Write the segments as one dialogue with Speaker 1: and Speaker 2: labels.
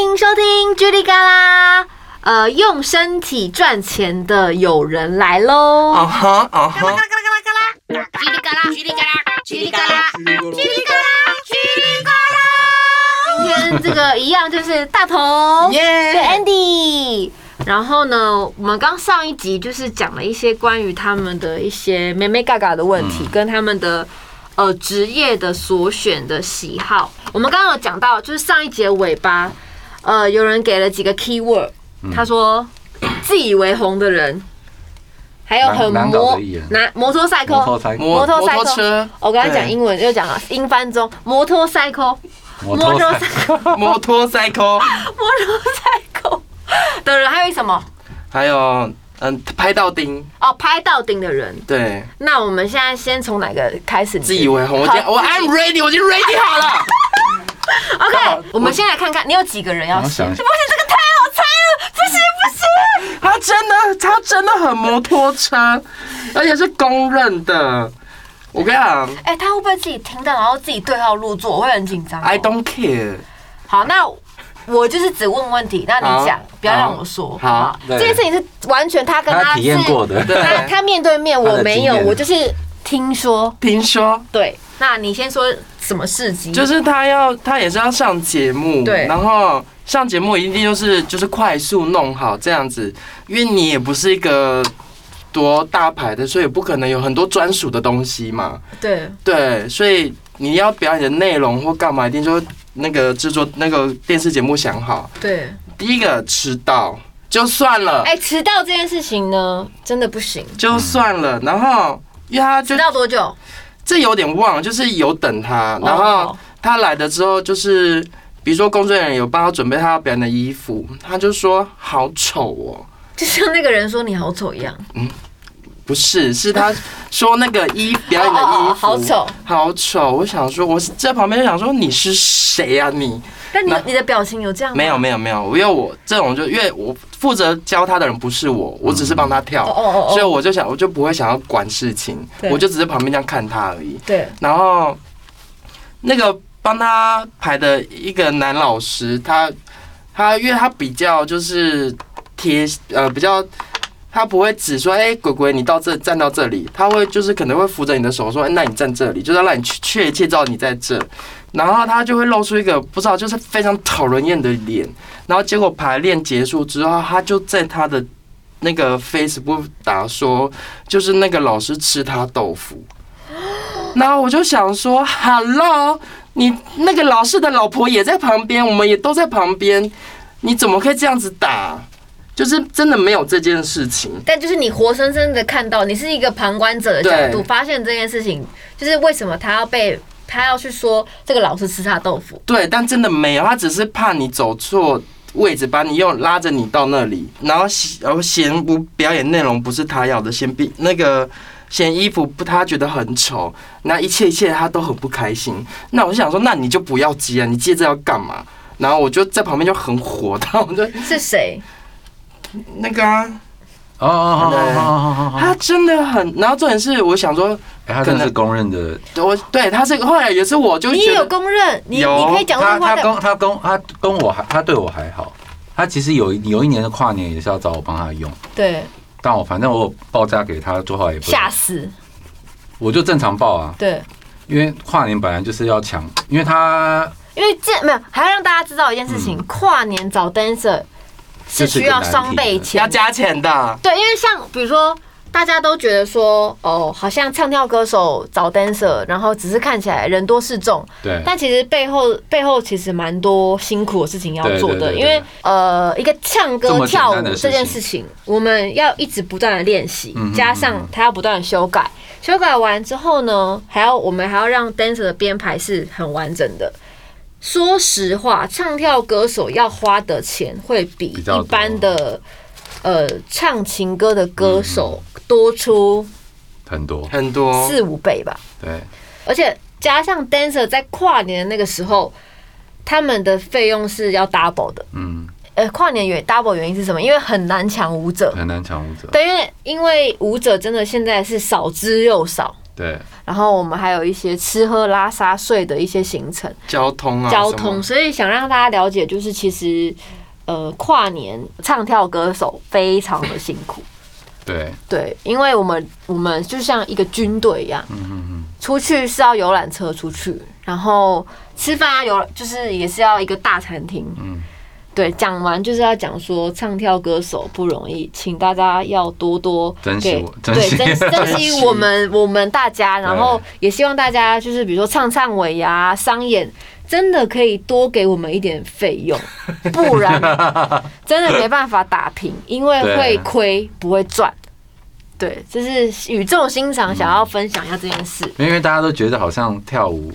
Speaker 1: 迎收听《居里嘎啦》，呃，用身体赚钱的友人来喽。
Speaker 2: 啊哈啊哈！
Speaker 3: 叽里嘎啦，叽里嘎啦，叽里嘎啦，
Speaker 1: 今天这个一样就是大头对
Speaker 2: 耶！
Speaker 1: Andy。然后呢，我们刚上一集就是讲了一些关于他们的一些妹妹嘎嘎的问
Speaker 4: 嗯
Speaker 1: 题，跟他们的呃职业的所选的喜好。我们刚刚有讲到，就是上一节尾巴，呃，有人给了几个 key word，他
Speaker 4: 嗯
Speaker 1: 说 自以为红的人，还有
Speaker 4: 难
Speaker 1: 很
Speaker 4: 难搞的
Speaker 1: 摩
Speaker 4: 艺人
Speaker 1: 拿摩托赛
Speaker 4: 摩托
Speaker 1: 克，
Speaker 4: 车，
Speaker 2: 摩
Speaker 1: 摩托
Speaker 2: 摩托
Speaker 1: 赛
Speaker 2: 车，
Speaker 1: 我刚才讲
Speaker 2: 对
Speaker 1: 英文又讲了英翻中摩托赛克。
Speaker 4: 摩托
Speaker 1: 摩托
Speaker 4: 车，
Speaker 2: 摩托赛克，
Speaker 1: 摩托赛狗的人，还有什么？
Speaker 2: 还有嗯，拍到钉，
Speaker 1: 哦，拍到顶的人。
Speaker 2: 对，
Speaker 1: 那我们现在先从哪个开始？
Speaker 2: 自以为红，我今天我 I'm ready，我已经 ready 好了。
Speaker 1: OK，我们先来看看你有几个人要
Speaker 4: 我
Speaker 1: 写。
Speaker 4: 想
Speaker 1: 不行，这个太好猜了，不行不行。
Speaker 2: 他真的，他真的很摩托车，而且是公认的。我跟你讲
Speaker 1: 哎、他会不会自己听到，然后自己对号入座？我会很紧张哦。
Speaker 2: ，I don't care。
Speaker 1: 好，那我就是只问问题，那你讲
Speaker 2: 好，
Speaker 1: 不要让我说。
Speaker 2: 好
Speaker 1: 好不好，
Speaker 4: 对
Speaker 1: 这件事情是完全他跟
Speaker 4: 他
Speaker 1: 他
Speaker 4: 体验过的，
Speaker 1: 是，
Speaker 2: 对
Speaker 1: 他他面对面，我没有，
Speaker 4: 经验
Speaker 1: 我就是听说。
Speaker 2: 听说
Speaker 1: 对，那你先说什么事情？
Speaker 2: 就是他要，他也是要上节目，
Speaker 1: 嗯对
Speaker 2: 然后上节目一定就是就是快速弄好这样子，因为你也不是一个多大牌的，所以不可能有很多专属的东西嘛，
Speaker 1: 对，
Speaker 2: 对，所以你要表演的内容或干嘛，一定就那个制作那个电视节目想好。
Speaker 1: 对。
Speaker 2: 第一个迟到就算了，
Speaker 1: 哎、迟到这件事情呢，真的不行。
Speaker 2: 就算了，然后因为他就
Speaker 1: 迟到多久？
Speaker 2: 这有点忘，了，就是有等他，然后。
Speaker 1: 哦
Speaker 2: 他来了之后，就是比如说工作人员有帮他准备他要表演的衣服，他就说好丑哦，
Speaker 1: 就像那个人说你好丑一样。
Speaker 2: 不是，是他说那个衣表演 的
Speaker 1: 哦哦
Speaker 2: 衣
Speaker 1: 哦
Speaker 2: 服
Speaker 1: 好丑，
Speaker 2: 好丑。我想说，我是在旁边就想说你是谁呀、你？
Speaker 1: 但你
Speaker 2: 那
Speaker 1: 你的表情有这样吗？
Speaker 2: 没有没有没有，因为我这种就因为我负责教他的人不是我，我只是帮他跳，
Speaker 1: 哦哦
Speaker 2: 所以
Speaker 1: 哦哦，
Speaker 2: 我就想我就不会想要管事情，
Speaker 1: 对
Speaker 2: 我就只是旁边这样看他而已。
Speaker 1: 对，
Speaker 2: 然后那个帮他排的一个男老师，他他因为他比较就是贴呃比较，他不会只说哎、鬼鬼你到这站到这里，他会就是可能会扶着你的手说哎、那你站这里，就是要让你确确切知道你在这，然后他就会露出一个不知道就是非常讨人厌的脸，然后结果排练结束之后，他就在他的。那个 Facebook 打说，就是那个老师吃他豆腐，然后我就想说，Hello，你那个老师的老婆也在旁边，我们也都在旁边，你怎么可以这样子打？就是真的没有这件事情。
Speaker 1: 但就是你活生生的看到，你是一个旁观者的角度
Speaker 2: 对
Speaker 1: 发现这件事情，就是为什么他要被他要去说这个老师吃他豆腐。
Speaker 2: 对，但真的没有，他只是怕你走错位置，把你又拉着你到那里，然后嫌然后嫌不表演内容不是他要的，嫌比那个嫌衣服不他觉得很丑，那一切一切他都很不开心。那我就想说，那你就不要接啊，你接着要干嘛？然后我就在旁边就很火 大，我就是
Speaker 1: 谁？
Speaker 2: 那个啊。
Speaker 4: 哦哦哦哦哦哦哦，
Speaker 2: 他真的很，然后重点是，我想说，
Speaker 4: 哎他真的是公认的，
Speaker 2: 我对他是后来也是我就
Speaker 1: 你也
Speaker 2: 觉
Speaker 1: 有
Speaker 2: 得
Speaker 1: 公认，你
Speaker 2: 有
Speaker 1: 你可以讲
Speaker 4: 他
Speaker 1: 出话
Speaker 4: 他
Speaker 1: 的。
Speaker 4: 跟他跟他跟我还他对我还好，他其实有一有一年的跨年也是要找我帮他用，
Speaker 1: 对，
Speaker 4: 但我反正我有报价给他，最后也不
Speaker 1: 吓死。
Speaker 4: 我就正常报啊，
Speaker 1: 对，
Speaker 4: 因为跨年本来就是要抢，因为他
Speaker 1: 因为这没有，还要让大家知道一件事情：跨年找 dancer 是
Speaker 4: 嗯这是个
Speaker 1: 需要
Speaker 4: 难题
Speaker 1: 双倍
Speaker 4: 的
Speaker 1: 钱
Speaker 2: 要
Speaker 1: 的。
Speaker 2: 加钱的，
Speaker 1: 对，因为像比如说，大家都觉得说，哦，好像唱跳歌手找 dancer，然后只是看起来人多势众，
Speaker 4: 对
Speaker 1: 但其实背后背后其实蛮多辛苦的事情要
Speaker 4: 对对
Speaker 1: 做的，
Speaker 4: 对
Speaker 1: 因为呃，一个唱
Speaker 4: 这
Speaker 1: 歌
Speaker 4: 么简
Speaker 1: 跳
Speaker 4: 单
Speaker 1: 舞
Speaker 4: 的
Speaker 1: 这
Speaker 4: 事
Speaker 1: 件
Speaker 4: 情
Speaker 1: 事情，我们要一直不断的练习
Speaker 4: 嗯，哼
Speaker 1: 加上他要不断的修改，修改完之后呢，还要我们还要让 dancer 的编排是很完整的。说实话，唱跳歌手要花的钱会比
Speaker 4: 比较
Speaker 1: 一
Speaker 4: 多
Speaker 1: 般的呃唱情歌的歌手
Speaker 4: 嗯
Speaker 1: 多出
Speaker 4: 很多
Speaker 2: 很多
Speaker 1: 四五倍吧，
Speaker 4: 对
Speaker 1: 而且加上 dancer 在跨年的那个时候，他们的费用是要 double 的。
Speaker 4: 嗯
Speaker 1: 呃，跨年原 double 原因是什么？因为很
Speaker 2: 嗯
Speaker 1: 难抢舞者，
Speaker 4: 很难抢舞者，
Speaker 1: 对，因为因为舞者真的现在是少之又少，
Speaker 4: 对，
Speaker 1: 然后我们还有一些吃喝拉撒睡的一些行程、
Speaker 2: 交通啊，
Speaker 1: 交
Speaker 2: 什么
Speaker 1: 通，所以想让大家了解，就是其实呃跨年唱跳歌手非常的辛苦，
Speaker 4: 对，
Speaker 1: 对，因为我们我们就像一个军队一样，
Speaker 4: 嗯嗯嗯，
Speaker 1: 出去是要游览车出去，然后吃饭啊游就是也是要一个大餐厅，
Speaker 4: 嗯
Speaker 1: 嗯，对，讲完就是要讲说唱跳歌手不容易，请大家要多多
Speaker 4: 珍惜
Speaker 1: 给
Speaker 4: 我珍惜
Speaker 1: 对珍 珍
Speaker 2: 珍
Speaker 1: 惜
Speaker 2: 惜
Speaker 1: 我们我们大家，然后也希望大家就是比如说唱唱尾牙商演。真的可以多给我们一点费 用，不然真的没办法打平，因为
Speaker 4: 对
Speaker 1: 会亏不会赚。对，这是宇宙心肠想要分享一下这件事。
Speaker 4: 因为大家都觉得好像跳舞，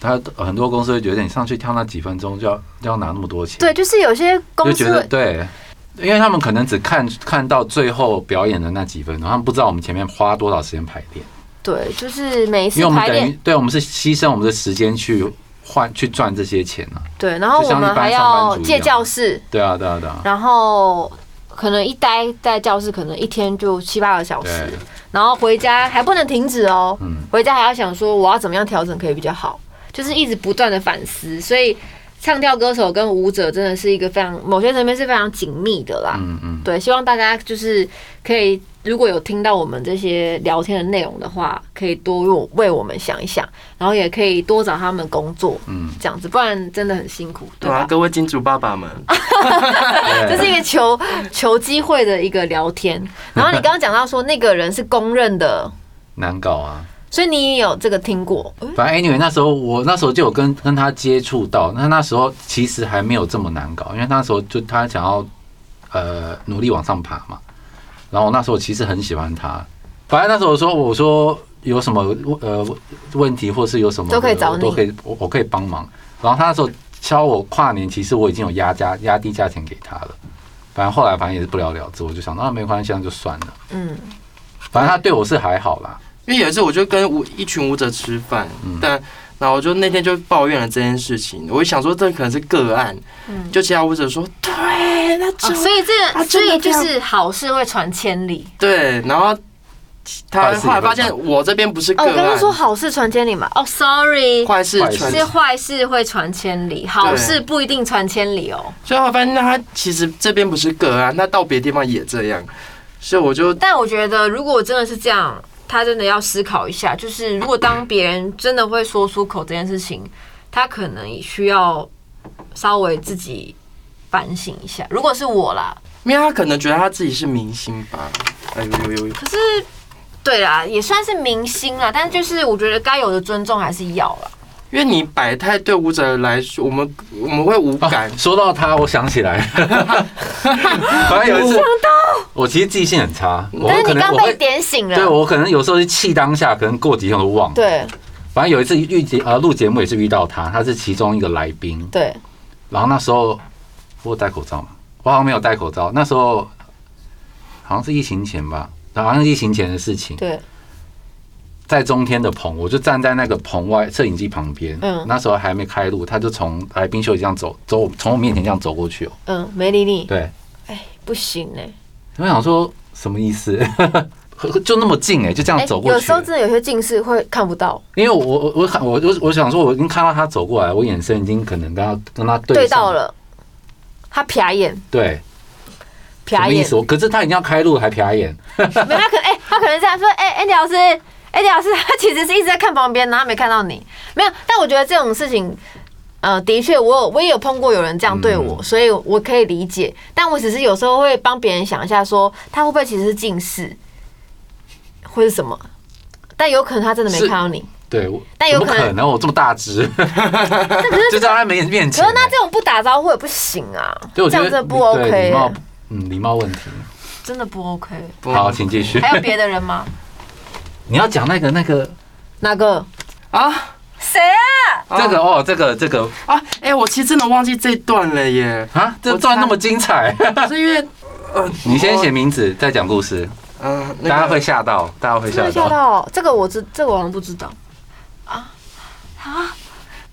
Speaker 4: 他很多公司会觉得你上去跳那几分钟就要就要拿那么多钱，
Speaker 1: 对，，就是有些公
Speaker 4: 就
Speaker 1: 司
Speaker 4: 觉得
Speaker 1: 会
Speaker 4: 对，因为他们可能只看看到最后表演的那几分钟，他们不知道我们前面花多少时间排练，
Speaker 1: 对，就是每一
Speaker 4: 因为
Speaker 1: 次
Speaker 4: 我们
Speaker 1: 排
Speaker 4: 等于
Speaker 1: 练
Speaker 4: 对我们是牺牲我们的时间去换去赚这些钱啊，
Speaker 1: 对，然后
Speaker 4: 就
Speaker 1: 我
Speaker 4: 像
Speaker 1: 们
Speaker 4: 一般
Speaker 1: 还
Speaker 4: 上班
Speaker 1: 要
Speaker 4: 族一
Speaker 1: 借
Speaker 4: 样
Speaker 1: 教室，
Speaker 4: 对啊，对啊，对啊，
Speaker 1: 然后可能一待在教室，可能一天就七八个小时
Speaker 4: 对，
Speaker 1: 然后回家还不能停止哦，
Speaker 4: 嗯
Speaker 1: 回家还要想说我要怎么样调整可以比较好，就是一直不断的反思，所以。唱跳歌手跟舞者真的是一个非常某些层面是非常紧密的啦，
Speaker 4: 嗯嗯，
Speaker 1: 对，希望大家就是可以，如果有听到我们这些聊天的内容的话，可以多为我为我们想一想，然后也可以多找他们工作，
Speaker 4: 嗯
Speaker 1: 嗯，这样子，不然真的啊很辛苦，对
Speaker 2: 对啊，
Speaker 1: 吧？
Speaker 2: 各位金主爸爸们，啊
Speaker 1: 这是一个求求机会的一个聊天。然后你刚刚讲到说那个人是公认的，
Speaker 4: 难搞啊。
Speaker 1: 所以你也有这个听过，
Speaker 4: 反正 anyway，那时候我那时候就有跟跟他接触到，那那时候其实还没有这么难搞，因为那时候就他想要呃努力往上爬嘛。然后我那时候其实很喜欢他，反正那时候我说我说有什么呃问题或是有什么
Speaker 1: 都可以找
Speaker 4: 我
Speaker 1: 你
Speaker 4: 都可以我我可以帮忙。然后他那时候敲我跨年，其实我已经有压价压低价钱给他了。反正后来反正也是不了了之，我就想啊那没关系，那就算了。
Speaker 1: 嗯，
Speaker 4: 反正他对我是还好啦，
Speaker 2: 因为有一次我就跟舞一群舞者吃饭，
Speaker 4: 嗯
Speaker 2: 但然后我就那天就抱怨了这件事情，我就想说这可能是个案，就其他舞者说对，那
Speaker 1: 嗯哦
Speaker 2: 就、
Speaker 1: 所以这
Speaker 2: 啊
Speaker 1: 所
Speaker 2: 真的
Speaker 1: 以就
Speaker 2: 非常
Speaker 1: 是好事会传千里。
Speaker 2: 对，然后
Speaker 4: 坏
Speaker 2: 他
Speaker 4: 事
Speaker 2: 后来发
Speaker 4: 也
Speaker 2: 现我这边不是个
Speaker 1: 哦，我
Speaker 2: 案，
Speaker 1: 刚刚说好事传千里嘛，哦，sorry，
Speaker 2: 坏事
Speaker 4: 坏事
Speaker 2: 传
Speaker 1: 是坏事会传千里，好
Speaker 2: 对
Speaker 1: 事不一定传千里哦。
Speaker 2: 所以我发现那他其实这边不是个案，那到别的地方也这样，所以我就
Speaker 1: 但我觉得，如果真的是这样，他真的要思考一下，就是如果当别人真的会说出口这件事情，他可能也需要稍微自己反省一下。如果是我啦，
Speaker 2: 因为他可能觉得他自己是明星吧，哎呦呦呦呦，
Speaker 1: 可是对啦，也算是明星啦，但就是我觉得该有的尊重还是要啦。
Speaker 2: 因为你百态对舞者来说，我们我们会无
Speaker 4: 啊
Speaker 2: 感，
Speaker 4: 说到他，我想起来了，反正有一次，我其实记性很差，我
Speaker 1: 嗯但是
Speaker 4: 可
Speaker 1: 你
Speaker 4: 能
Speaker 1: 刚
Speaker 4: 我
Speaker 1: 被
Speaker 4: 会。
Speaker 1: 点醒
Speaker 4: 对，
Speaker 1: 了，
Speaker 4: 我可能有时候是气当下，可能过几天我都忘了。，
Speaker 1: 对
Speaker 4: 反正有一次遇节呃录节目也是遇到他，他是其中一个来宾，
Speaker 1: 对，
Speaker 4: 然后那时候我有戴口罩嘛，我好像没有戴口罩，那时候好像是疫情前吧，好像是疫情前的事情。
Speaker 1: 对，
Speaker 4: 在中天的棚，我就站在那个棚外摄影机旁边，
Speaker 1: 嗯
Speaker 4: 那时候还没开录，他就从来宾秀这样走，走我从我面前这样走过去哦，
Speaker 1: 嗯，没理你，
Speaker 4: 对，
Speaker 1: 不行哎、
Speaker 4: 我想说什么意思？ 就那么近哎、就这
Speaker 1: 哎、
Speaker 4: 样走过
Speaker 1: 有
Speaker 4: 去
Speaker 1: 时。候真的有些近视会看不到，
Speaker 4: 因为我我我看我我我想说，我已经看到他走过来，我眼神已经可能跟他跟他对
Speaker 1: 对
Speaker 4: 上
Speaker 1: 到。了，他瞟眼
Speaker 4: 对，什
Speaker 1: 瞟
Speaker 4: 么意
Speaker 1: 眼
Speaker 4: 思？，我可是他已经要开路了还瞟眼，
Speaker 1: 没有，他可能哎、他可能这样说，哎、a n d y 老师，Andy 老师，他其实是一直在看旁边，然后他没看到你，没有。但我觉得这种事情，呃，的确，我有我也有碰过有人这样对
Speaker 4: 嗯
Speaker 1: 我，所以我可以理解。但我只是有时候会帮别人想一下说他会不会其实是近视，或是什么。但有可能他真的没
Speaker 4: 是
Speaker 1: 看到 你，
Speaker 4: 对，我
Speaker 1: 但有
Speaker 4: 怎么
Speaker 1: 可能
Speaker 4: 可能我这么大只， 就在他面面
Speaker 1: 可
Speaker 4: 前
Speaker 1: 是，那这种不打招呼也不行啊，
Speaker 4: 欸对，我
Speaker 1: 这
Speaker 4: 觉
Speaker 1: 样
Speaker 4: 得
Speaker 1: 真的不
Speaker 4: 对
Speaker 1: OK，
Speaker 4: 礼貌
Speaker 1: 欸
Speaker 4: 嗯礼貌问题。
Speaker 1: 真的不 OK。
Speaker 2: 不
Speaker 4: 哦好，请继续。
Speaker 1: 还有别的人吗？
Speaker 4: 你要讲那个那个
Speaker 1: 哪个？
Speaker 2: 啊
Speaker 1: 谁啊？
Speaker 2: 啊
Speaker 4: 这个哦，这个这个
Speaker 2: 啊，哎、我其实真的忘记这段了耶，
Speaker 4: 啊，这
Speaker 2: 我
Speaker 4: 段
Speaker 2: 猜
Speaker 4: 那么精彩，
Speaker 2: 是因为呃，
Speaker 4: 你先
Speaker 2: 我
Speaker 4: 写，名字再讲故事，
Speaker 2: 嗯、那个
Speaker 4: 大家会吓到，大家会
Speaker 1: 真
Speaker 4: 吓
Speaker 1: 的吓到哦！这个我知，这个我好像不知道。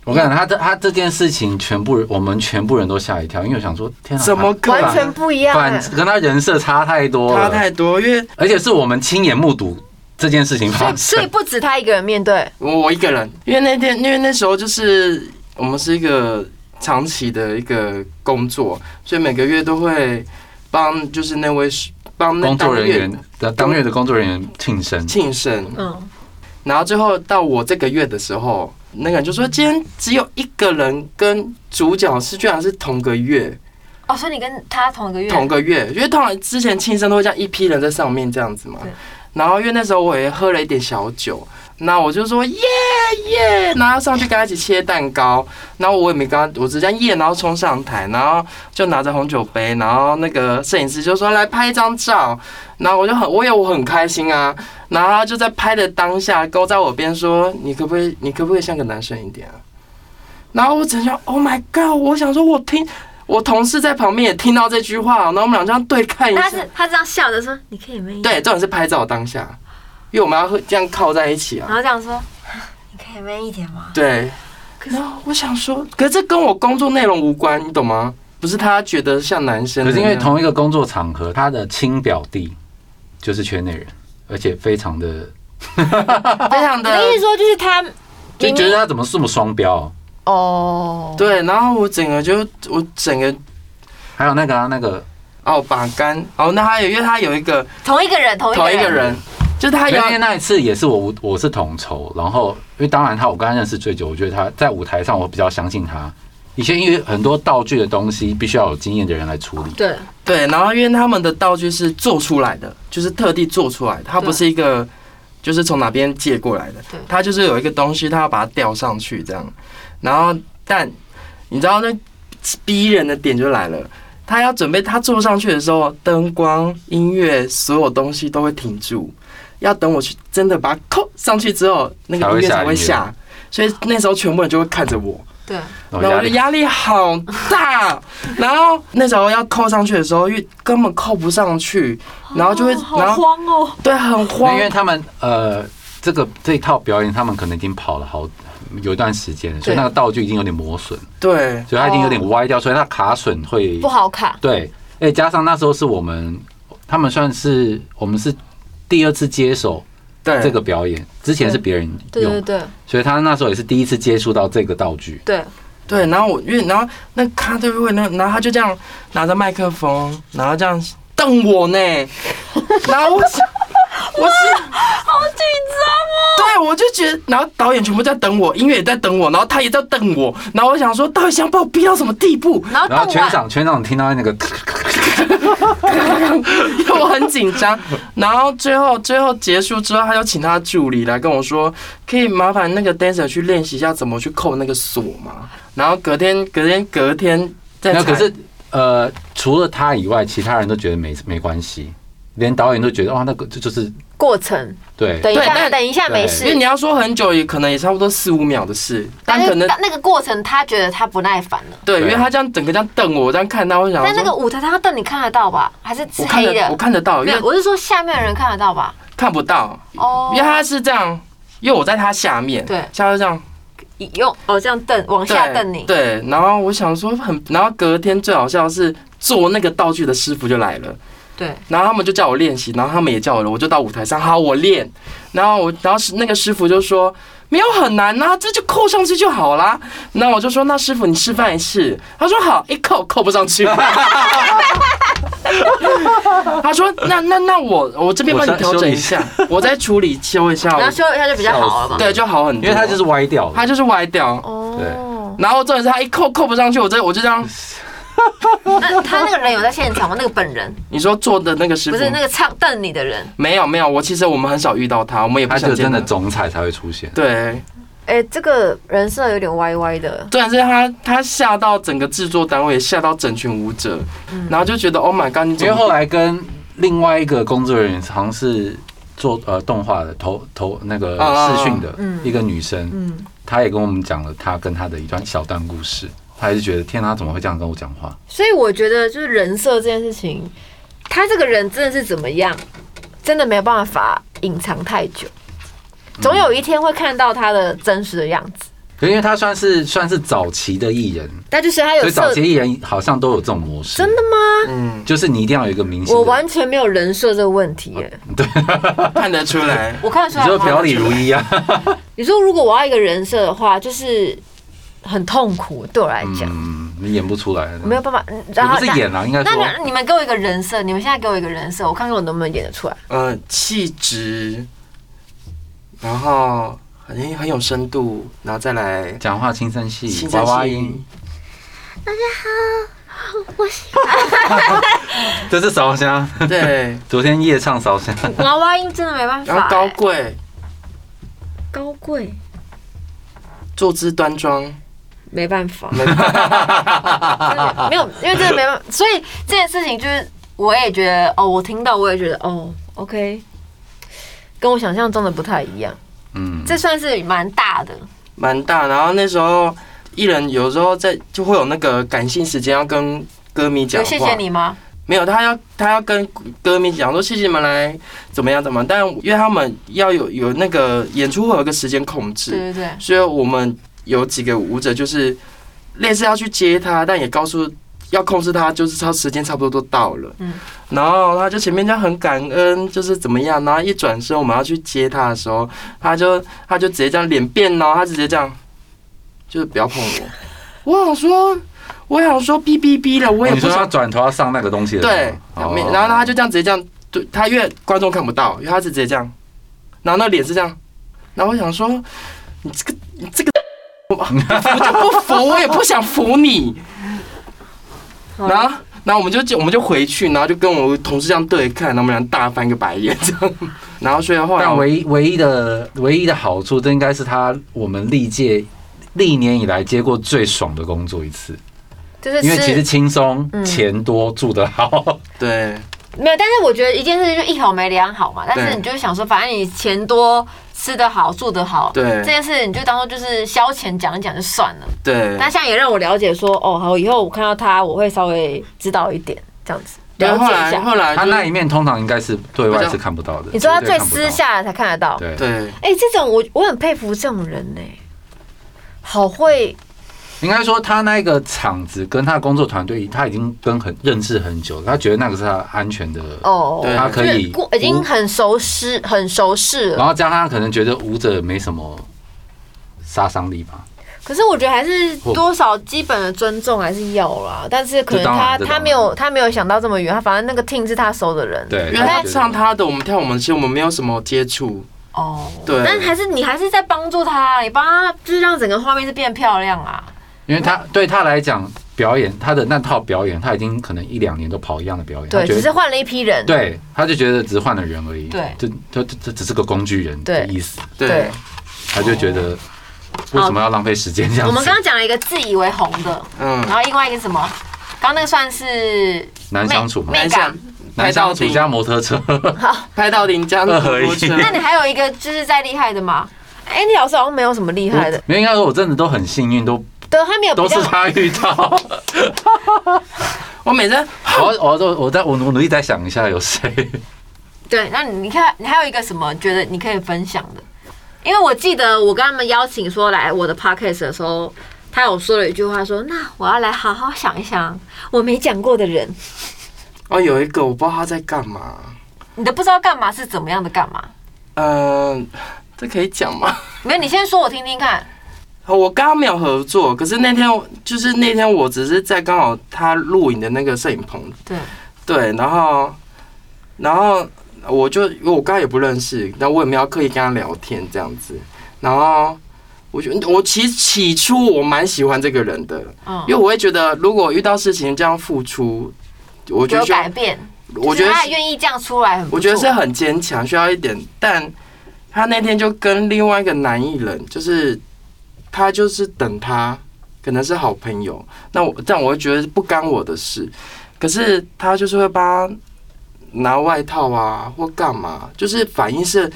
Speaker 4: 我跟你讲，他这他这件事情，全部人我们全部人都吓一跳，因为我想说，天啊，
Speaker 2: 怎么可能
Speaker 1: 完全不一样、
Speaker 4: 反
Speaker 1: 欸
Speaker 4: 反。跟他人设差太多
Speaker 2: 差
Speaker 4: 了，
Speaker 2: 太多，因为
Speaker 4: 而且是我们亲眼目睹这件事情发生。
Speaker 1: 所以不止他一个人面对，
Speaker 2: 我我一个人，因为那天，因为那时候就是我们是一个长期的一个工作，所以每个月都会帮，就是那位帮那
Speaker 4: 工作
Speaker 2: 当
Speaker 4: 人
Speaker 2: 月
Speaker 4: 员的当月的工作人员庆生，
Speaker 2: 庆生，
Speaker 1: 嗯，
Speaker 2: 然后最后到我这个月的时候，那个人就说今天只有一个人跟主角是居然是同个月，
Speaker 1: 哦，所以你跟他同一个月，
Speaker 2: 同个月，因为通常之前庆生都会这样一批人在上面这样子嘛
Speaker 1: 对。
Speaker 2: 然后因为那时候我也喝了一点小酒，那我就说耶耶，然后上去跟他一起切蛋糕，然后我也没跟他，我只这样耶，然后冲上台，然后就拿着红酒杯，然后那个摄影师就说来拍一张照，然后我就很，我也我很开心啊，然后他就在拍的当下勾在我边说你可不可以，你可不可以像个男生一点啊？然后我只想，Oh my god！我想说，我听我同事在旁边也听到这句话，然后我们俩这样对看一
Speaker 1: 那
Speaker 2: 下
Speaker 1: 他，是他这样笑着说：“你可以妹。”，
Speaker 2: 对，重点是拍照当下，因为我们要会这样靠在一起啊
Speaker 1: 然。后这样说：“你可以妹一点吗
Speaker 2: 对，然后我想说，可是这跟我工作内容无关，你懂吗？不是他觉得像男生
Speaker 4: 可
Speaker 2: 的那
Speaker 4: 是
Speaker 2: 样，
Speaker 4: 因为同一个工作场合，他的亲表弟就是圈内人，而且非常的
Speaker 2: 非？”常
Speaker 1: 哦你
Speaker 2: 的
Speaker 1: 的意思说就是他
Speaker 4: 就
Speaker 1: 明
Speaker 4: 觉
Speaker 1: 明
Speaker 4: 得他怎么这么双标哦？
Speaker 1: 哦，
Speaker 2: 对，然后我整个就我整个
Speaker 4: 还有那个啊，那个
Speaker 2: 哦把杆哦，那他有因为他有一个
Speaker 1: 同一个人，同
Speaker 2: 同一个
Speaker 1: 人，
Speaker 2: 人，就是他
Speaker 4: 因
Speaker 2: 有
Speaker 4: 为那一次也是我我是统筹，然后因为当然他我跟他认识最久，我觉得他在舞台上我比较相信他。以前因为很多道具的东西必须要有经验的人来处理，
Speaker 1: 对，
Speaker 2: 对，然后因为他们的道具是做出来的，就是特地做出来的，它
Speaker 1: 对
Speaker 2: 不是一个就是从哪边借过来的
Speaker 1: 对，
Speaker 2: 它就是有一个东西，它要把它吊上去这样。然后，但你知道那逼人的点就来了，他要准备他坐上去的时候，灯光、音乐，所有东西都会停住，要等我去真的把它扣上去之后，那个
Speaker 4: 才会
Speaker 2: 音乐
Speaker 4: 下
Speaker 2: 才会
Speaker 4: 音乐
Speaker 2: 下。啊所以那时候全部人就会看着我，
Speaker 1: 对，
Speaker 4: 然
Speaker 2: 然后我
Speaker 4: 后哦压
Speaker 2: 的
Speaker 4: 力
Speaker 2: 压力好大，然后那时候要扣上去的时候，因为根本扣不上去，然后就会，
Speaker 1: 哦好
Speaker 2: 然后
Speaker 1: 慌哦，
Speaker 2: 对，很
Speaker 4: 因
Speaker 2: 慌
Speaker 4: 为，他们呃这个这一套表演，他们可能已经跑了好有一段时间，所以那个道具已经有点磨损，
Speaker 2: 对
Speaker 4: 所以它已经有点歪掉，所以它卡损会
Speaker 1: 不好卡，
Speaker 4: 对，哎，加上那时候是我们他们算是我们是第二次接手
Speaker 2: 对，
Speaker 4: 这个表演，之前是别人
Speaker 1: 对对
Speaker 4: 用，
Speaker 1: 对
Speaker 4: 所以他那时候也是第一次接触到这个道具。
Speaker 1: 对，
Speaker 2: 对，然后我因为然后那咖啡会那，然后他就这样拿着麦克风，然后这样瞪我 呢，然后我是我是
Speaker 1: 好紧张
Speaker 2: 对，我就觉得，然后导演全部在等我，音乐也在等我，然后他也在瞪我，然后我想说，到底想把我逼到什么地步？
Speaker 1: 哦，然后
Speaker 4: 然后
Speaker 1: 动
Speaker 4: 全
Speaker 1: 完，
Speaker 4: 场全场听到那个
Speaker 2: 因为我很紧张。然后最后最后结束之后，他就请他助理来跟我说，可以麻烦那个 dancer 去练习一下怎么去扣那个锁嘛。然后隔天隔天隔天再
Speaker 4: 那
Speaker 2: 踩
Speaker 4: 可是呃，除了他以外，其他人都觉得没没关系，连导演都觉得哇，那个这就是
Speaker 1: 过程，
Speaker 4: 对
Speaker 1: 等一
Speaker 2: 对
Speaker 1: 下，
Speaker 2: 但
Speaker 1: 等一下
Speaker 4: 对
Speaker 1: 没
Speaker 2: 因为
Speaker 1: 事
Speaker 2: 你，要说很久，也可能也差不多四五秒的事，但可能
Speaker 1: 但那个过程他觉得他不耐烦了。
Speaker 2: 对，因为
Speaker 4: 对啊
Speaker 2: 他这样整个这样瞪我，我这样看他，我想
Speaker 1: 但那个
Speaker 2: 说。
Speaker 1: 舞台他瞪你看得到吧？还是是
Speaker 2: 我看
Speaker 1: 黑
Speaker 2: 得我
Speaker 1: 的？
Speaker 2: 看得到，因
Speaker 1: 没
Speaker 2: 为
Speaker 1: 有，我是说下面的人看得到吧？
Speaker 2: 看不到，
Speaker 1: 哦
Speaker 2: 因为他是这样，因为我在他下面，
Speaker 1: 对
Speaker 2: 像他就这样
Speaker 1: 用哦这样瞪，往
Speaker 2: 对
Speaker 1: 下瞪你。
Speaker 2: 对，然后我想说很，然后隔天最好笑的是做那个道具的师傅就来了。
Speaker 1: 对，
Speaker 2: 然后他们就叫我练习，然后他们也叫我了，我就到舞台上，好，我练。然后我，然后是那个师傅就说没有很难呐、这就扣上去就好啦。那我就说那师傅你示范一次，他说好，一扣扣不上 去。他说那那那我我这边帮你调整一下，我再处理修 一下
Speaker 1: 然，后修一下就比较好了嘛。
Speaker 2: 对就好很多。
Speaker 4: 因为他就是歪掉
Speaker 2: 他
Speaker 4: 了，
Speaker 2: 就是歪掉，
Speaker 1: 哦，
Speaker 2: 然后重点是他一扣扣不上去，我这我就这样，
Speaker 1: 那他那个人有在现场吗？那个本人
Speaker 2: 你说做的那个师
Speaker 1: 不
Speaker 2: 傅
Speaker 1: 是那个唱瞪你的人。
Speaker 2: 没有没有，我其实我们很少遇到他，我们也不
Speaker 4: 他
Speaker 2: 想
Speaker 4: 就
Speaker 2: 见
Speaker 4: 真的
Speaker 2: 他。
Speaker 4: 总裁才会出现。
Speaker 2: 对，
Speaker 1: 哎，这个人设有点歪歪的。
Speaker 2: 对，是他他吓到整个制作单位，吓到整群舞者，
Speaker 1: 嗯
Speaker 2: 然后就觉得 Oh my God！你
Speaker 4: 因
Speaker 2: 怎
Speaker 4: 为
Speaker 2: 么
Speaker 4: 后来跟另外一个工作人员，好像是做呃动画的投投那个视讯
Speaker 2: 哦
Speaker 4: 的
Speaker 1: 嗯
Speaker 4: 一个女生，
Speaker 1: 嗯，
Speaker 4: 她也跟我们讲了她跟她的一段小段故事。她还是觉得天哪，她怎么会这样跟我讲话？
Speaker 1: 所以我觉得就是人设这件事情，他这个人真的是怎么样，真的没有办法隐藏太久，
Speaker 2: 嗯
Speaker 1: 总有一天会看到他的真实的样子。
Speaker 4: 可是因为她算是算是早期的艺人，
Speaker 1: 但就是他有
Speaker 4: 所以早
Speaker 1: 设
Speaker 4: 期艺人好像都有这种模式。
Speaker 1: 真的吗？
Speaker 2: 嗯，
Speaker 4: 就是你一定要有一个明星的，
Speaker 1: 我完全没有人设这个问题
Speaker 2: 哦
Speaker 1: 耶，
Speaker 2: 看得出来。
Speaker 1: 我看得出
Speaker 4: 你
Speaker 1: 来
Speaker 4: 就表
Speaker 1: 吗。
Speaker 4: 里如一啊。
Speaker 1: 你说如果我要一个人设的话，就是很痛苦，对我来讲、
Speaker 4: 嗯，你演不出来，
Speaker 1: 没有，办法。嗯然
Speaker 4: 也
Speaker 1: 后
Speaker 4: 不是演啊，应该
Speaker 1: 那
Speaker 4: 说
Speaker 1: 那你们给我一个人设，你们现在给我一个人设，我看看我能不能演得出来。
Speaker 2: 呃，气质，然后很很有深度，然后再来
Speaker 4: 讲话轻声细
Speaker 2: 轻
Speaker 4: 语，娃
Speaker 2: 声
Speaker 4: 娃
Speaker 2: 细
Speaker 4: 音
Speaker 2: 语，
Speaker 4: 这是烧香。
Speaker 2: 对，
Speaker 4: 昨天夜唱烧香，
Speaker 1: 娃娃音真的没办 法、哎
Speaker 2: 然
Speaker 4: 啊
Speaker 2: 后高贵，
Speaker 1: 高贵
Speaker 2: 坐姿端 庄，
Speaker 1: 没办法，没有，因为真的没办法。所以这件事情就是，我也觉得哦，我听到我也觉得哦，OK，跟我想象中的不太一样。
Speaker 4: 嗯，
Speaker 1: 这算是蛮大的，
Speaker 2: 蛮大。然后那时候艺人有时候在就会有那个感性时间要跟歌迷讲
Speaker 1: 有
Speaker 2: 话，
Speaker 1: 谢谢你吗？
Speaker 2: 没有，他要他要跟歌迷讲说谢谢你们来怎么样怎么样，但因为他们要有有那个演出会有一个时间控
Speaker 1: 对
Speaker 2: 制，
Speaker 1: 对对，
Speaker 2: 所以我们有几个舞者就是类似要去接他，但也告诉要控制他，就是他时间差不多都到了，
Speaker 1: 嗯
Speaker 2: 然后他就前面就很感恩，就是怎么样，然后一转身我们要去接他的时候，他就他就直接这样脸变哦，他直接这样，就是不要碰我，我想说。我想说哔哔哔了，我也不
Speaker 4: 哦你说
Speaker 2: 想
Speaker 4: 他转头要上那个东西了，
Speaker 2: 对，
Speaker 4: 哦
Speaker 2: 没然后他就这样直接这样，对他因为观众看不到，因为他是直接这样，然后那脸是这样，然后我想说，你这个你这个， 我就不服，我也不想服你。
Speaker 1: 好
Speaker 2: 然后，然后我们就就我们就回去，然后就跟我同事这样对看，然后我们俩大翻个白眼这样。然后所以后来
Speaker 4: 但
Speaker 2: 我，
Speaker 4: 唯一唯一的唯一的好处，这应该是他我们历届历年以来接过最爽的工作一次，
Speaker 1: 就是
Speaker 4: 因为其实
Speaker 1: 吃
Speaker 4: 轻松
Speaker 1: 嗯、
Speaker 4: 钱多、住得好，
Speaker 2: 对
Speaker 1: 没有，但是我觉得一件事情就一好没两好嘛。但是
Speaker 2: 对
Speaker 1: 你就是想说，反正你钱多、吃得好、住得好，
Speaker 2: 对
Speaker 1: 这件事你就当做就是消遣讲一讲就算了。
Speaker 2: 对。
Speaker 1: 但现在也让我了解说，哦，好，以后我看到他，我会稍微知道一点这样子，了
Speaker 2: 然后
Speaker 1: 解
Speaker 2: 后
Speaker 1: 一
Speaker 2: 来
Speaker 1: 下。
Speaker 2: 后来
Speaker 4: 他
Speaker 2: 就是
Speaker 4: 那一面通常应该是对
Speaker 2: 比
Speaker 4: 外
Speaker 2: 较
Speaker 4: 是看不到的。
Speaker 1: 你说他
Speaker 4: 绝对
Speaker 1: 最
Speaker 4: 看不
Speaker 1: 私
Speaker 4: 到，
Speaker 1: 下的才看得到，
Speaker 4: 对，
Speaker 2: 对
Speaker 1: 哎、这种我我很佩服这种人呢、好会
Speaker 4: 应该说他那个厂子跟他的工作团队，他已经跟很认识很久了，他觉得那个是他安全的，
Speaker 1: 哦，
Speaker 2: 对
Speaker 4: 他可
Speaker 1: 就是
Speaker 4: 以
Speaker 1: 过已经很熟识很熟识了
Speaker 4: 然。后加上他可能觉得舞者没什么杀伤力吧，
Speaker 1: 可是我觉得还是
Speaker 4: 哦
Speaker 1: 多少基本的尊重还是要啦，但是可能
Speaker 4: 这当然
Speaker 1: 他
Speaker 4: 这当
Speaker 1: 他
Speaker 4: 然
Speaker 1: 没有他没有想到这么远，他反正那个 team 是他熟的人，
Speaker 4: 对，
Speaker 2: 因为他
Speaker 4: 觉得
Speaker 2: 唱他的，我们跳我们的，其实我们没有什么接触。
Speaker 1: 哦，
Speaker 2: 对
Speaker 1: 但还是你还是在帮助他，你帮他就是让整个画面是变漂亮啊，
Speaker 4: 因为他对他来讲，表演他的那套表演，他已经可能一两年都跑一样的表演，
Speaker 1: 对，
Speaker 4: 他觉
Speaker 1: 只
Speaker 4: 得
Speaker 1: 是换了一批人，
Speaker 4: 对，他就觉得只是换了人而已，
Speaker 1: 对
Speaker 4: 这这这这只是个工具人
Speaker 1: 对
Speaker 4: 的意思，
Speaker 1: 对
Speaker 2: 对，
Speaker 4: 他就觉得为什么要浪费时间这样
Speaker 1: 我
Speaker 4: 子？
Speaker 1: 们刚刚讲了一个自以为红的，
Speaker 2: 嗯，
Speaker 1: 然后另外一个是什么？刚刚那个算是
Speaker 4: 难相处嘛，
Speaker 1: 妹
Speaker 2: 拍
Speaker 1: 妹感
Speaker 2: 下
Speaker 4: 难
Speaker 2: 拍
Speaker 4: 相
Speaker 2: 到
Speaker 4: 处
Speaker 2: 底。
Speaker 4: 加摩托车，
Speaker 2: 拍到林江
Speaker 4: 二合一
Speaker 2: 火车
Speaker 1: 那你还有一个就是再厉害的吗？哎、你老师好像没有什么厉害的，
Speaker 4: 没有应该说我真的都很幸运，都
Speaker 1: 对，他没有哦比
Speaker 4: 都是
Speaker 1: 较，
Speaker 4: 他遇到。
Speaker 2: 我每次
Speaker 4: 我我我我在我努力再想一下有谁，
Speaker 1: 对，那你你看，你还有一个什么觉得你可以分享的？因为我记得我跟他们邀请说来我的 podcast 的时候，他有说了一句话说，那我要来好好想一想我没讲过的人，
Speaker 2: 哦有一个我不知道他在干嘛，
Speaker 1: 你的不知道干嘛是怎么样的干嘛？
Speaker 2: 嗯、这可以讲吗？
Speaker 1: 没有，你先说我听听看。
Speaker 2: 我刚刚没有合作，可是那天我就是那天我只是在刚好他录影的那个摄影棚，
Speaker 1: 对，
Speaker 2: 对，然后然后我就因为我刚刚也不认识，但我也没有刻意跟他聊天这样子，然后。我觉得我其实起初我蛮喜欢这个人的，
Speaker 1: 嗯，
Speaker 2: 因为我会觉得如果遇到事情这样付出，我觉
Speaker 1: 有
Speaker 2: 得需要
Speaker 1: 改变，
Speaker 2: 我觉
Speaker 1: 就
Speaker 2: 得
Speaker 1: 是他
Speaker 2: 是
Speaker 1: 也愿意这样出来很不错，
Speaker 2: 我觉得是很坚强，需要一点。但他那天就跟另外一个男艺人，就是他就是等他，可能是好朋友。那我但我会觉得不干我的事，可是他就是会帮他拿外套啊，或干嘛，就是反应是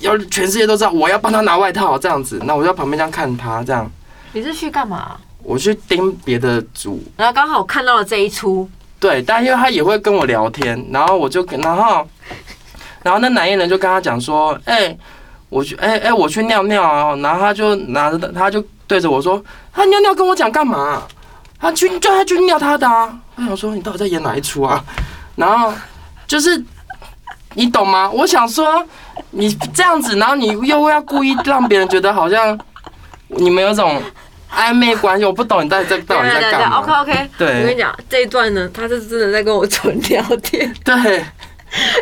Speaker 2: 要全世界都知道我要帮他拿外套啊这样子。那我就在旁边这样看他这样，
Speaker 1: 你是去干嘛、
Speaker 2: 我去盯别的组
Speaker 1: 然后刚好看到了这一出，
Speaker 2: 对，但因为他也会跟我聊天，然后我就跟，然后，然后那男艺人就跟他讲说，哎、我去，哎、哎、我去尿尿啊，然后他就拿着，他就对着我说，他尿尿跟我讲干嘛、他去叫他去尿他的啊。我想说你到底在演哪一出啊？然后就是你懂吗？我想说你这样子，然后你又要故意让别人觉得好像你们有种暧昧关系，我不懂你到底在到底在干嘛。
Speaker 1: OK OK，
Speaker 2: 对
Speaker 1: 我跟你讲这一段呢，他是真的在跟我纯聊天，
Speaker 2: 对，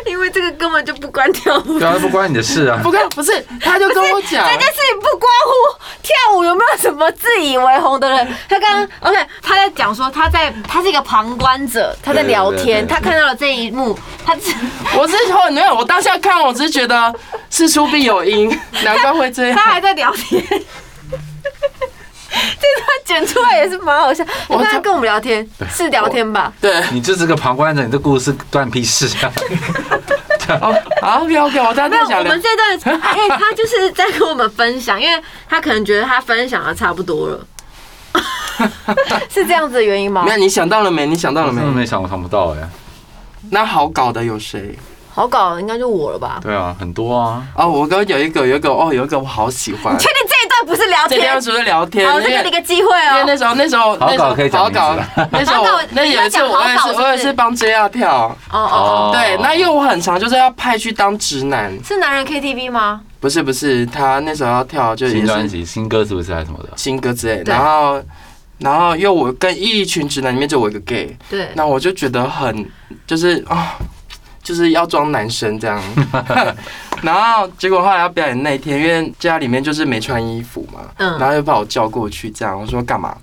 Speaker 1: 因为这个根本就不关跳舞。
Speaker 4: 对啊，不关你的事啊。
Speaker 2: 不跟不是，他就跟我 讲，
Speaker 1: 这件事情不关乎跳舞有没有什么自以为红的人。他刚刚，OK，他在讲说他在他是一个旁观者，他在聊天，
Speaker 4: 对对对对
Speaker 1: 他看到了这一幕，他只
Speaker 2: 我是后没有，我当下看我只是觉得事出必 有因，难怪会这样
Speaker 1: 他。还在聊天。 这段剪出来也是蛮好笑，你
Speaker 2: 我
Speaker 1: 看他
Speaker 2: 操
Speaker 1: 跟我们聊天是聊天吧？
Speaker 2: 对，
Speaker 4: 你就是个旁观者，你这故事断屁事啊！
Speaker 2: 哦，好，OK OK，我当
Speaker 1: 没有，
Speaker 2: 下想
Speaker 1: 我
Speaker 2: 聊
Speaker 1: 们。这 段，因为他就是在跟我们分享，因为他可能觉得他分享的差不多 了，是这样子的原因吗
Speaker 2: 没？有，你想到了没？你想到
Speaker 4: 我
Speaker 2: 了
Speaker 4: 真
Speaker 2: 没
Speaker 4: 的？没想，我想不到哎、
Speaker 2: 那好搞的有谁？
Speaker 1: 好搞，应该就我了吧？
Speaker 4: 对啊，很多啊。
Speaker 2: 哦，我刚刚有一个，有一个，哦，有一个我好喜欢
Speaker 1: 你。确定这一段不是聊
Speaker 2: 这天
Speaker 1: 天？
Speaker 2: 除了聊天，
Speaker 1: 好，我
Speaker 2: 因
Speaker 1: 再给你一
Speaker 2: 为
Speaker 1: 个机会
Speaker 2: 因为
Speaker 1: 哦。
Speaker 2: 那时候那时候那
Speaker 4: 好
Speaker 2: 时
Speaker 4: 搞
Speaker 2: 候
Speaker 4: 可以讲
Speaker 2: 好搞
Speaker 4: 名字，
Speaker 2: 那时候
Speaker 1: 好搞
Speaker 2: 我那
Speaker 1: 你
Speaker 2: 有
Speaker 1: 要
Speaker 2: 一次
Speaker 1: 讲
Speaker 2: 我
Speaker 1: 好搞
Speaker 2: 也是
Speaker 1: 是不是
Speaker 2: 我也是帮 JR 跳，
Speaker 1: 哦哦哦，
Speaker 2: 对，那因为我很常就是要派去当直男，
Speaker 1: 是男人 KTV 吗？
Speaker 2: 不是不是，他那时候要跳就
Speaker 4: 新
Speaker 2: 也
Speaker 4: 专
Speaker 2: 是
Speaker 4: 辑、新歌是不是还是什么的？
Speaker 2: 新歌之类，
Speaker 1: 对
Speaker 2: 然后然后因为我跟一群直男里面就我一个 gay，
Speaker 1: 对，
Speaker 2: 那我就觉得很就是啊、就是要装男 生这样。然后结果后来要表演那一天，因为家里面就是没穿衣服嘛，
Speaker 1: 嗯
Speaker 2: 然后又把我叫过去这样，我说干嘛？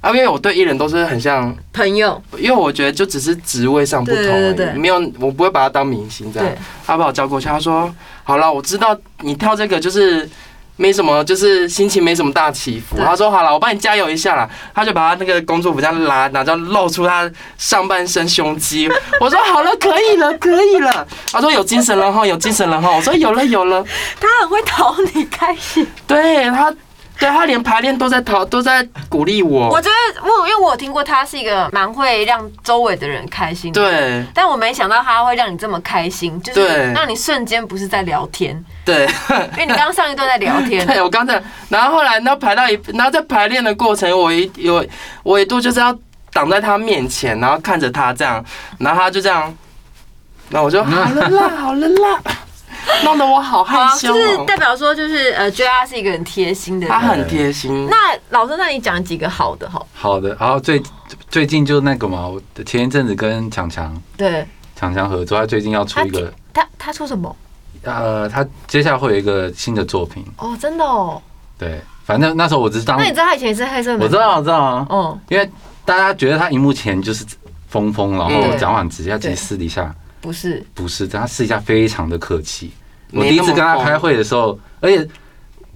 Speaker 2: 啊，因为我对艺人都是很像，
Speaker 1: 朋友，
Speaker 2: 因为我觉得就只是职位上不同
Speaker 1: 对
Speaker 2: 而
Speaker 1: 对对
Speaker 2: 已，没有我不会把他当明星这样
Speaker 1: 对。
Speaker 2: 他把我叫过去，他说：“好了，我知道你跳这个就是没什么，就是心情没什么大起伏。”
Speaker 1: 对
Speaker 2: 他说：“好了，我帮你加油一下啦。”他就把他那个工作服这样拉，然后就露出他上半身胸肌。 我说：“好了，可以了，可以了。”他说：“有精神了哈，有精神了哈。”我说：“有了，有了。
Speaker 1: 他很会讨你开心。
Speaker 2: 对”他。对他连排练都在讨，都在鼓励我
Speaker 1: 我。觉得我因为我有听过他是一个蛮会让周围的人开心的。。
Speaker 2: 对
Speaker 1: 但我没想到他会让你这么开心，就是
Speaker 2: 对
Speaker 1: 让你瞬间不是在聊天，
Speaker 2: 对，
Speaker 1: 因为你刚刚上一段在聊 天，
Speaker 2: 对，我刚才，然后后来，那排到一，然后在排练的过程，我一有我一度就是要挡在他面前，然后看着他这样，然后他就这样，然后我就好了啦，好了啦，弄得我好害
Speaker 1: 好，啊
Speaker 2: 羞、
Speaker 1: 就是
Speaker 2: 哦
Speaker 1: 代。表说就是呃，JR 是一个很贴心的
Speaker 2: 他
Speaker 1: 人。
Speaker 2: 很贴心，
Speaker 1: 那老师，那你讲几个好的哈？
Speaker 4: 好的，然后最最近就那个嘛，我前一阵子跟强强
Speaker 1: 对
Speaker 4: 强强合作，他最近要出一个，
Speaker 1: 他，他说什么？
Speaker 4: 呃，他接下来会有一个新的作品。
Speaker 1: 哦，真的哦。
Speaker 4: 对，反正那时候我只是当
Speaker 1: 那，你知道他以前是黑社会？
Speaker 4: 我知。道，我知道啊，
Speaker 1: 哦，
Speaker 4: 因为大家觉得他荧幕前就是疯疯，然后
Speaker 2: 嗯
Speaker 4: 讲话很直接，他其
Speaker 1: 对
Speaker 4: 实私底下
Speaker 1: 不是，
Speaker 4: 不是，他私底下非常的客气。我
Speaker 2: 没
Speaker 4: 第一
Speaker 2: 那
Speaker 4: 次
Speaker 2: 么
Speaker 4: 跟他
Speaker 2: 疯
Speaker 4: 开会的时候，而且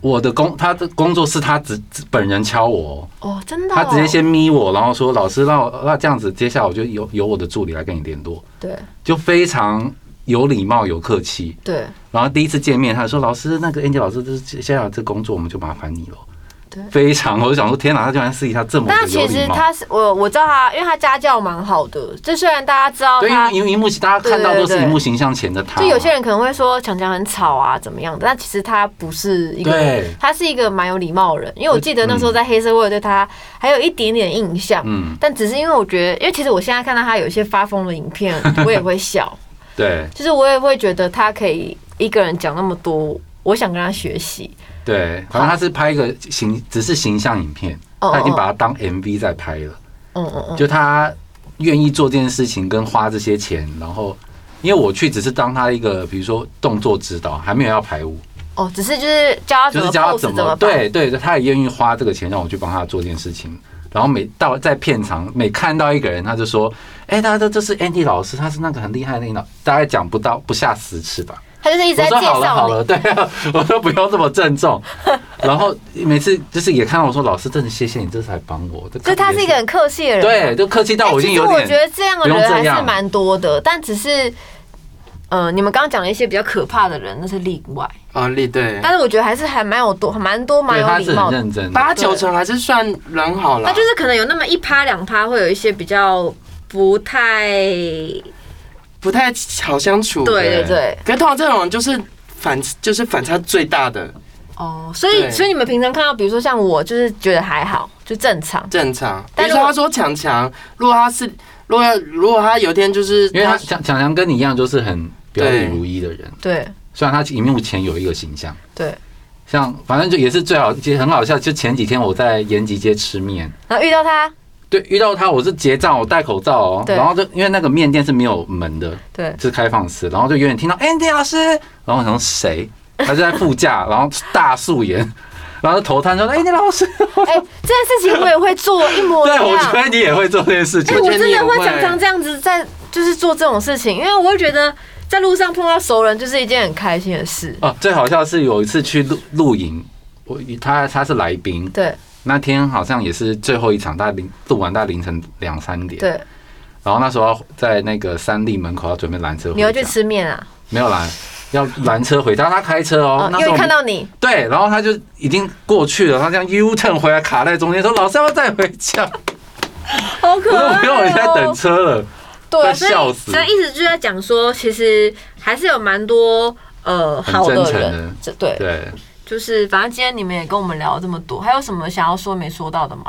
Speaker 4: 我的工他的工作是他只只本人敲我哦，
Speaker 1: 哦，真的哦。
Speaker 4: 他直接先眯我，然后说老师，那我那这样子，接下来我就由由我的助理来跟你联络，
Speaker 1: 对
Speaker 4: 就非常有礼貌有客气。
Speaker 1: 对
Speaker 4: 然后第一次见面，他说老师，那个 Andy 老师，这接下来这工作我们就麻烦你了。
Speaker 1: 对。
Speaker 4: 非常，我就想说，天哪，他居然私底下这么
Speaker 1: 但
Speaker 4: 的有
Speaker 1: 其实
Speaker 4: 礼貌。
Speaker 1: 他是我我知道他，因为他家教蛮好的。就虽然大家知道
Speaker 4: 对，
Speaker 1: 哦他，
Speaker 4: 因为荧幕大家看到都
Speaker 1: 对对
Speaker 4: 是
Speaker 1: 对
Speaker 4: 荧幕形象前的他
Speaker 1: 就
Speaker 4: 嘛，
Speaker 1: 有些人可能会说强强很吵啊怎么样的，但其实他不是一个
Speaker 4: 对，
Speaker 1: 他是一个蛮有礼貌的人。因为我记得那时候在黑社会对他还有一点点印象，
Speaker 4: 嗯，
Speaker 1: 但只是因为我觉得，因为其实我现在看到他有一些发疯的影片，我也会 笑，
Speaker 4: 对
Speaker 1: 就是我也会觉得他可以一个人讲那么多，我想跟他学习。
Speaker 4: 对，反正他是拍一个形，只是形象影片，
Speaker 1: 哦
Speaker 4: 他已经
Speaker 1: 哦
Speaker 4: 把它当 MV 在拍了。
Speaker 1: 嗯嗯嗯，
Speaker 4: 就他愿意做这件事情，跟花这些钱，然后因为我去只是当他一个，比如说动作指导，还没有要排舞，
Speaker 1: 哦，只是就是教他怎
Speaker 4: 就是
Speaker 1: 么
Speaker 4: 教他
Speaker 1: pose 怎
Speaker 4: 怎
Speaker 1: 么
Speaker 4: 么
Speaker 1: 办，
Speaker 4: 对对，他也愿意花这个钱让我去帮他做这件事情。然后每到在片场，每看到一个人，他就说：“哎，大家都这是 Andy 老师，他是那个很厉害的 Andy 老师。”大概讲不到不下十次吧。
Speaker 1: 他就是一直在
Speaker 4: 我说
Speaker 1: 介
Speaker 4: 好了
Speaker 1: 绍
Speaker 4: 好
Speaker 1: 你。
Speaker 4: 了，对 啊，我说不用这么郑重。 然后每次就是也看到我说：“老师，真的谢谢你，这才帮我。”
Speaker 1: 所以他是一个很客气的人，
Speaker 4: 对，就客气
Speaker 1: 哎，
Speaker 4: 到我已经
Speaker 1: 其实
Speaker 4: 有
Speaker 1: 我
Speaker 4: 点
Speaker 1: 觉得这样的
Speaker 4: 不用
Speaker 1: 人
Speaker 4: 这
Speaker 1: 还是
Speaker 4: 样
Speaker 1: 蛮多的，但只是，呃，你们刚刚讲了一些比较可怕的人，那是例外。
Speaker 2: 啊，力对，
Speaker 1: 但是我觉得还是还蛮有多，蛮多蛮
Speaker 4: 对，
Speaker 1: 有
Speaker 4: 他
Speaker 1: 礼
Speaker 4: 是
Speaker 1: 貌
Speaker 4: 很
Speaker 1: 的。
Speaker 4: 认真的。
Speaker 2: 八九成还是算人好了。
Speaker 1: 他就是可能有那么一趴两趴，会有一些比较不太
Speaker 2: 不太好相处。
Speaker 1: 对对
Speaker 4: 对
Speaker 1: 对
Speaker 2: 可是通常这种人就是反，就是反差最大的。
Speaker 1: 哦，所以
Speaker 2: 对
Speaker 1: 所以你们平常看到，比如说像我，就是觉得还好，就正常。
Speaker 2: 正常。比
Speaker 1: 但
Speaker 2: 如
Speaker 1: 如
Speaker 2: 说
Speaker 1: 果
Speaker 2: 他说强强，如果他是，如果如果他有一天就是
Speaker 4: 因为他强强强跟你一样，就是很表里如一的人。
Speaker 1: 对
Speaker 4: 虽然他荧幕前有一个形象，
Speaker 1: 对。
Speaker 4: 像反正就也是最好，其实很好笑。就前几天我在延吉街吃面，
Speaker 1: 然后遇到他，
Speaker 4: 对，遇到他我是结账，我戴口罩哦，
Speaker 1: 对
Speaker 4: 然后就因为那个面店是没有门的，
Speaker 1: 对
Speaker 4: 是开放式，然后就远远听到 Andy 老师，然后我想说谁？他就在副驾，然后大素颜，然后就头探说 Andy 老师，
Speaker 1: 哎、这件事情我也会做一模一
Speaker 4: 对，我
Speaker 1: 样
Speaker 4: 觉。得你也会做这件事情
Speaker 1: 哎、。我真的会
Speaker 2: 我觉得你也会
Speaker 1: 常常这样子在，就是做这种事情，因为我会觉得在路上碰到熟人就是一件很开心的事。
Speaker 4: 哦，最好笑是有一次去露露营，我他他是来宾，
Speaker 1: 对
Speaker 4: 那天好像也是最后一场，大概凌录完大概凌晨两三点。。
Speaker 1: 对，
Speaker 4: 然后那时候要在那个三立门口要准备拦车回家，
Speaker 1: 你要去吃面啊？
Speaker 4: 没有拦，要拦车回家。他开车哦，
Speaker 1: 哦，
Speaker 4: 那
Speaker 1: 因
Speaker 4: 时
Speaker 1: 为
Speaker 4: 候我们
Speaker 1: 看到你，
Speaker 4: 对，然后他就已经过去了，他这样 U turn 回来卡在中间，说老师要不要再回家？
Speaker 1: 好可
Speaker 4: 我说
Speaker 1: 爱、哦。
Speaker 4: 没有人在等车了。
Speaker 1: 对啊，
Speaker 4: 快
Speaker 1: 所以
Speaker 4: 笑死
Speaker 1: 所以一直就在讲说，其实还是有蛮多呃
Speaker 4: 很
Speaker 1: 好
Speaker 4: 真
Speaker 1: 的
Speaker 4: 诚
Speaker 1: 人
Speaker 4: 的，
Speaker 1: 这对，
Speaker 4: 对，
Speaker 1: 就是反正今天你们也跟我们聊了这么多，还有什么想要说没说到的吗？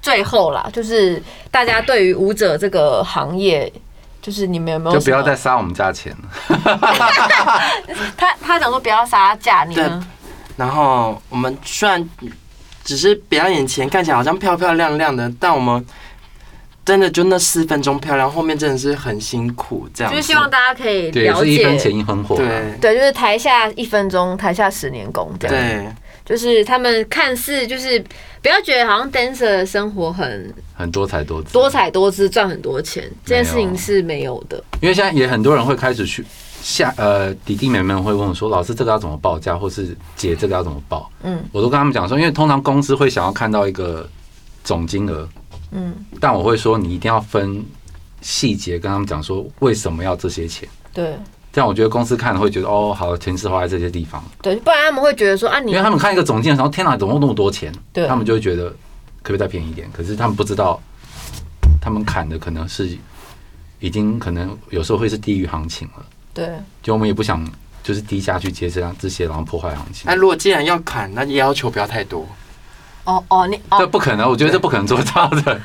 Speaker 1: 最后啦，就是大家对于舞者这个行业，就是你们有没有
Speaker 4: 就不要
Speaker 1: 什
Speaker 4: 再
Speaker 1: 么
Speaker 4: 杀我们家钱了。
Speaker 1: 他他讲说不要杀价，你呢？
Speaker 2: 然后我们虽然只是表演前看起来好像漂漂亮亮的，但我们真的就那四分钟漂亮，后面真的是很辛苦这样
Speaker 1: 就
Speaker 2: 子。
Speaker 1: 是希望大家可以
Speaker 4: 对，也
Speaker 1: 了
Speaker 4: 是一分
Speaker 1: 解
Speaker 4: 钱。一分货。，
Speaker 2: 对
Speaker 1: 对，啊就是台下一分钟，台下十年功这样。
Speaker 2: 对，
Speaker 1: 就是他们看似就是不要觉得好像 dancer 的生活很
Speaker 4: 很多才多姿。
Speaker 1: 多彩多姿赚很多钱，这件事情是没有的。
Speaker 4: 因为现在也很多人会开始去下呃，弟弟妹妹会问我说：“老师，这个要怎么报价，或是姐这个要怎么报？”
Speaker 1: 嗯
Speaker 4: 嗯，我都跟他们讲说，因为通常公司会想要看到一个总金额，
Speaker 1: 嗯，
Speaker 4: 但我会说你一定要分细节跟他们讲说为什么要这些钱，
Speaker 1: 对
Speaker 4: 这样我觉得公司看了会觉得哦，好，钱是花在这些地方，
Speaker 1: 对，不然他们会觉得说啊你
Speaker 4: 因为他们看一个总金额，然后天哪，总共那么多钱，
Speaker 1: 对
Speaker 4: 他们就会觉得可不可以再便宜一点？可是他们不知道，他们砍的可能是已经可能有时候会是低于行情了。
Speaker 1: 对
Speaker 4: 就我们也不想就是低价去接这样这些，然后破坏行 情
Speaker 2: 哎那。如果既然要砍，那要求不要太多。
Speaker 1: 哦哦你
Speaker 4: 这
Speaker 1: 哦
Speaker 4: 不可能，我觉得这不可能做到 的。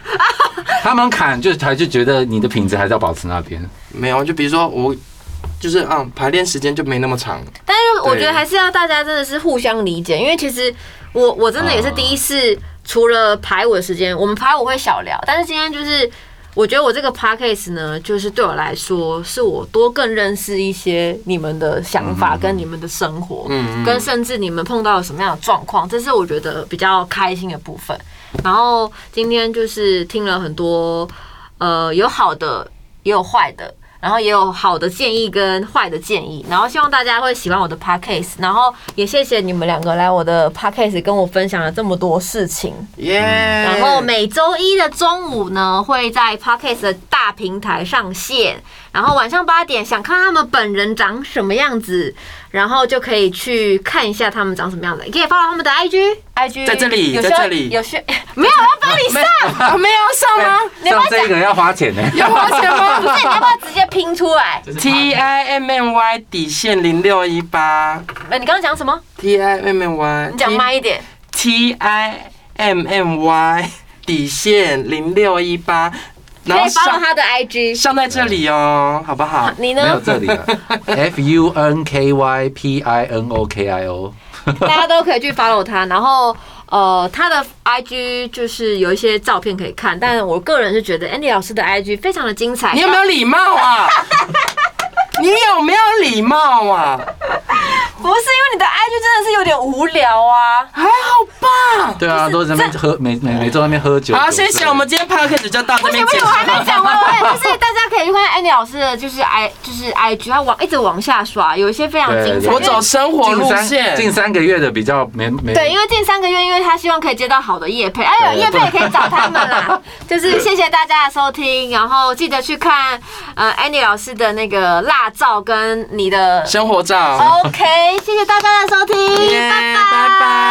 Speaker 4: 他们砍就还是觉得你的品质还是要保持那边。
Speaker 2: 没有，就比如说我就是嗯，排练时间就没那么长。
Speaker 1: 但是我觉得
Speaker 2: 对
Speaker 1: 还是要大家真的是互相理解，因为其实我我真的也是
Speaker 4: 啊
Speaker 1: 第一次，除了排舞的时间，我们排舞会小聊，但是今天就是我觉得我这个 podcast 呢，就是对我来说，是我多更认识一些你们的想法跟你们的生活，
Speaker 2: 嗯嗯嗯
Speaker 1: 跟甚至你们碰到了什么样的状况，这是我觉得比较开心的部分。然后今天就是听了很多，呃，有好的也有坏的，然后也有好的建议跟坏的建议，然后希望大家会喜欢我的 podcast，然后也谢谢你们两个来我的 podcast 跟我分享了这么多事情。
Speaker 2: 耶、
Speaker 1: 然后 每周一的中午呢，会在 podcast 的大平台上线，然后晚上八点想看他们本人长什么样子，然后就可以去看一下他们长什么样子，也可以 follow 他们的 IG。IG
Speaker 2: 在这里
Speaker 1: 有需
Speaker 2: 在
Speaker 1: 要
Speaker 2: 这里
Speaker 1: 有需没有要帮你上，
Speaker 2: 啊，没有要上吗？
Speaker 4: 像这个要花 钱呢、
Speaker 2: 要花钱
Speaker 1: 不
Speaker 2: 吗
Speaker 1: 是你要不要直接拼出来？
Speaker 2: ？T I M N Y 底线零六一八
Speaker 1: 呃你刚刚讲什么？
Speaker 2: ，T I M N Y，
Speaker 1: 你讲慢一点。
Speaker 2: T I M M Y 底线零六一八，然
Speaker 1: 可
Speaker 2: 后
Speaker 1: 以 follow
Speaker 2: 上
Speaker 1: 他的 IG。
Speaker 2: 上在这里哦，好不好？
Speaker 1: 你
Speaker 4: 没有
Speaker 1: 呢？
Speaker 4: 这 里了。F U N K Y P I N O K I O，
Speaker 1: 大家都可以去 follow 他，然后呃，他的 IG 就是有一些照片可以看，但我个人是觉得 Andy 老师的 IG 非常的精彩。
Speaker 2: 你有没有礼貌啊？你有没有礼貌啊？
Speaker 1: 不是因为你的 IG 真的是有点无聊啊。
Speaker 2: 还好吧。
Speaker 4: 对啊，都在那边喝，每每每周在那边喝酒。
Speaker 2: 好，
Speaker 4: 酒醉
Speaker 2: 谢谢，我们今天 p o d c 就到这
Speaker 1: 不行
Speaker 2: 边
Speaker 1: 不
Speaker 2: 结
Speaker 1: 行，
Speaker 2: 束
Speaker 1: 我。还没讲完，我还就是大家可以去 看 Andy 老师的，就是 I 就是 IG，他往一直往下刷，有一些非常精彩。
Speaker 4: 对
Speaker 2: 我走生活
Speaker 4: 近
Speaker 2: 路
Speaker 4: 三近
Speaker 2: 线，
Speaker 4: 三个月的比较没没
Speaker 1: 对，因为近三个月，因为他希望可以接到好的业配，哎呦，
Speaker 4: 对
Speaker 1: 业配也可以找他们 啦。就是谢谢大家的收听，然后记得去看呃 Andy 老师的那个辣照跟你的。
Speaker 2: 生活照。
Speaker 1: 哦 OK，谢谢大家的收听，
Speaker 2: 耶
Speaker 1: 拜拜
Speaker 2: 拜拜。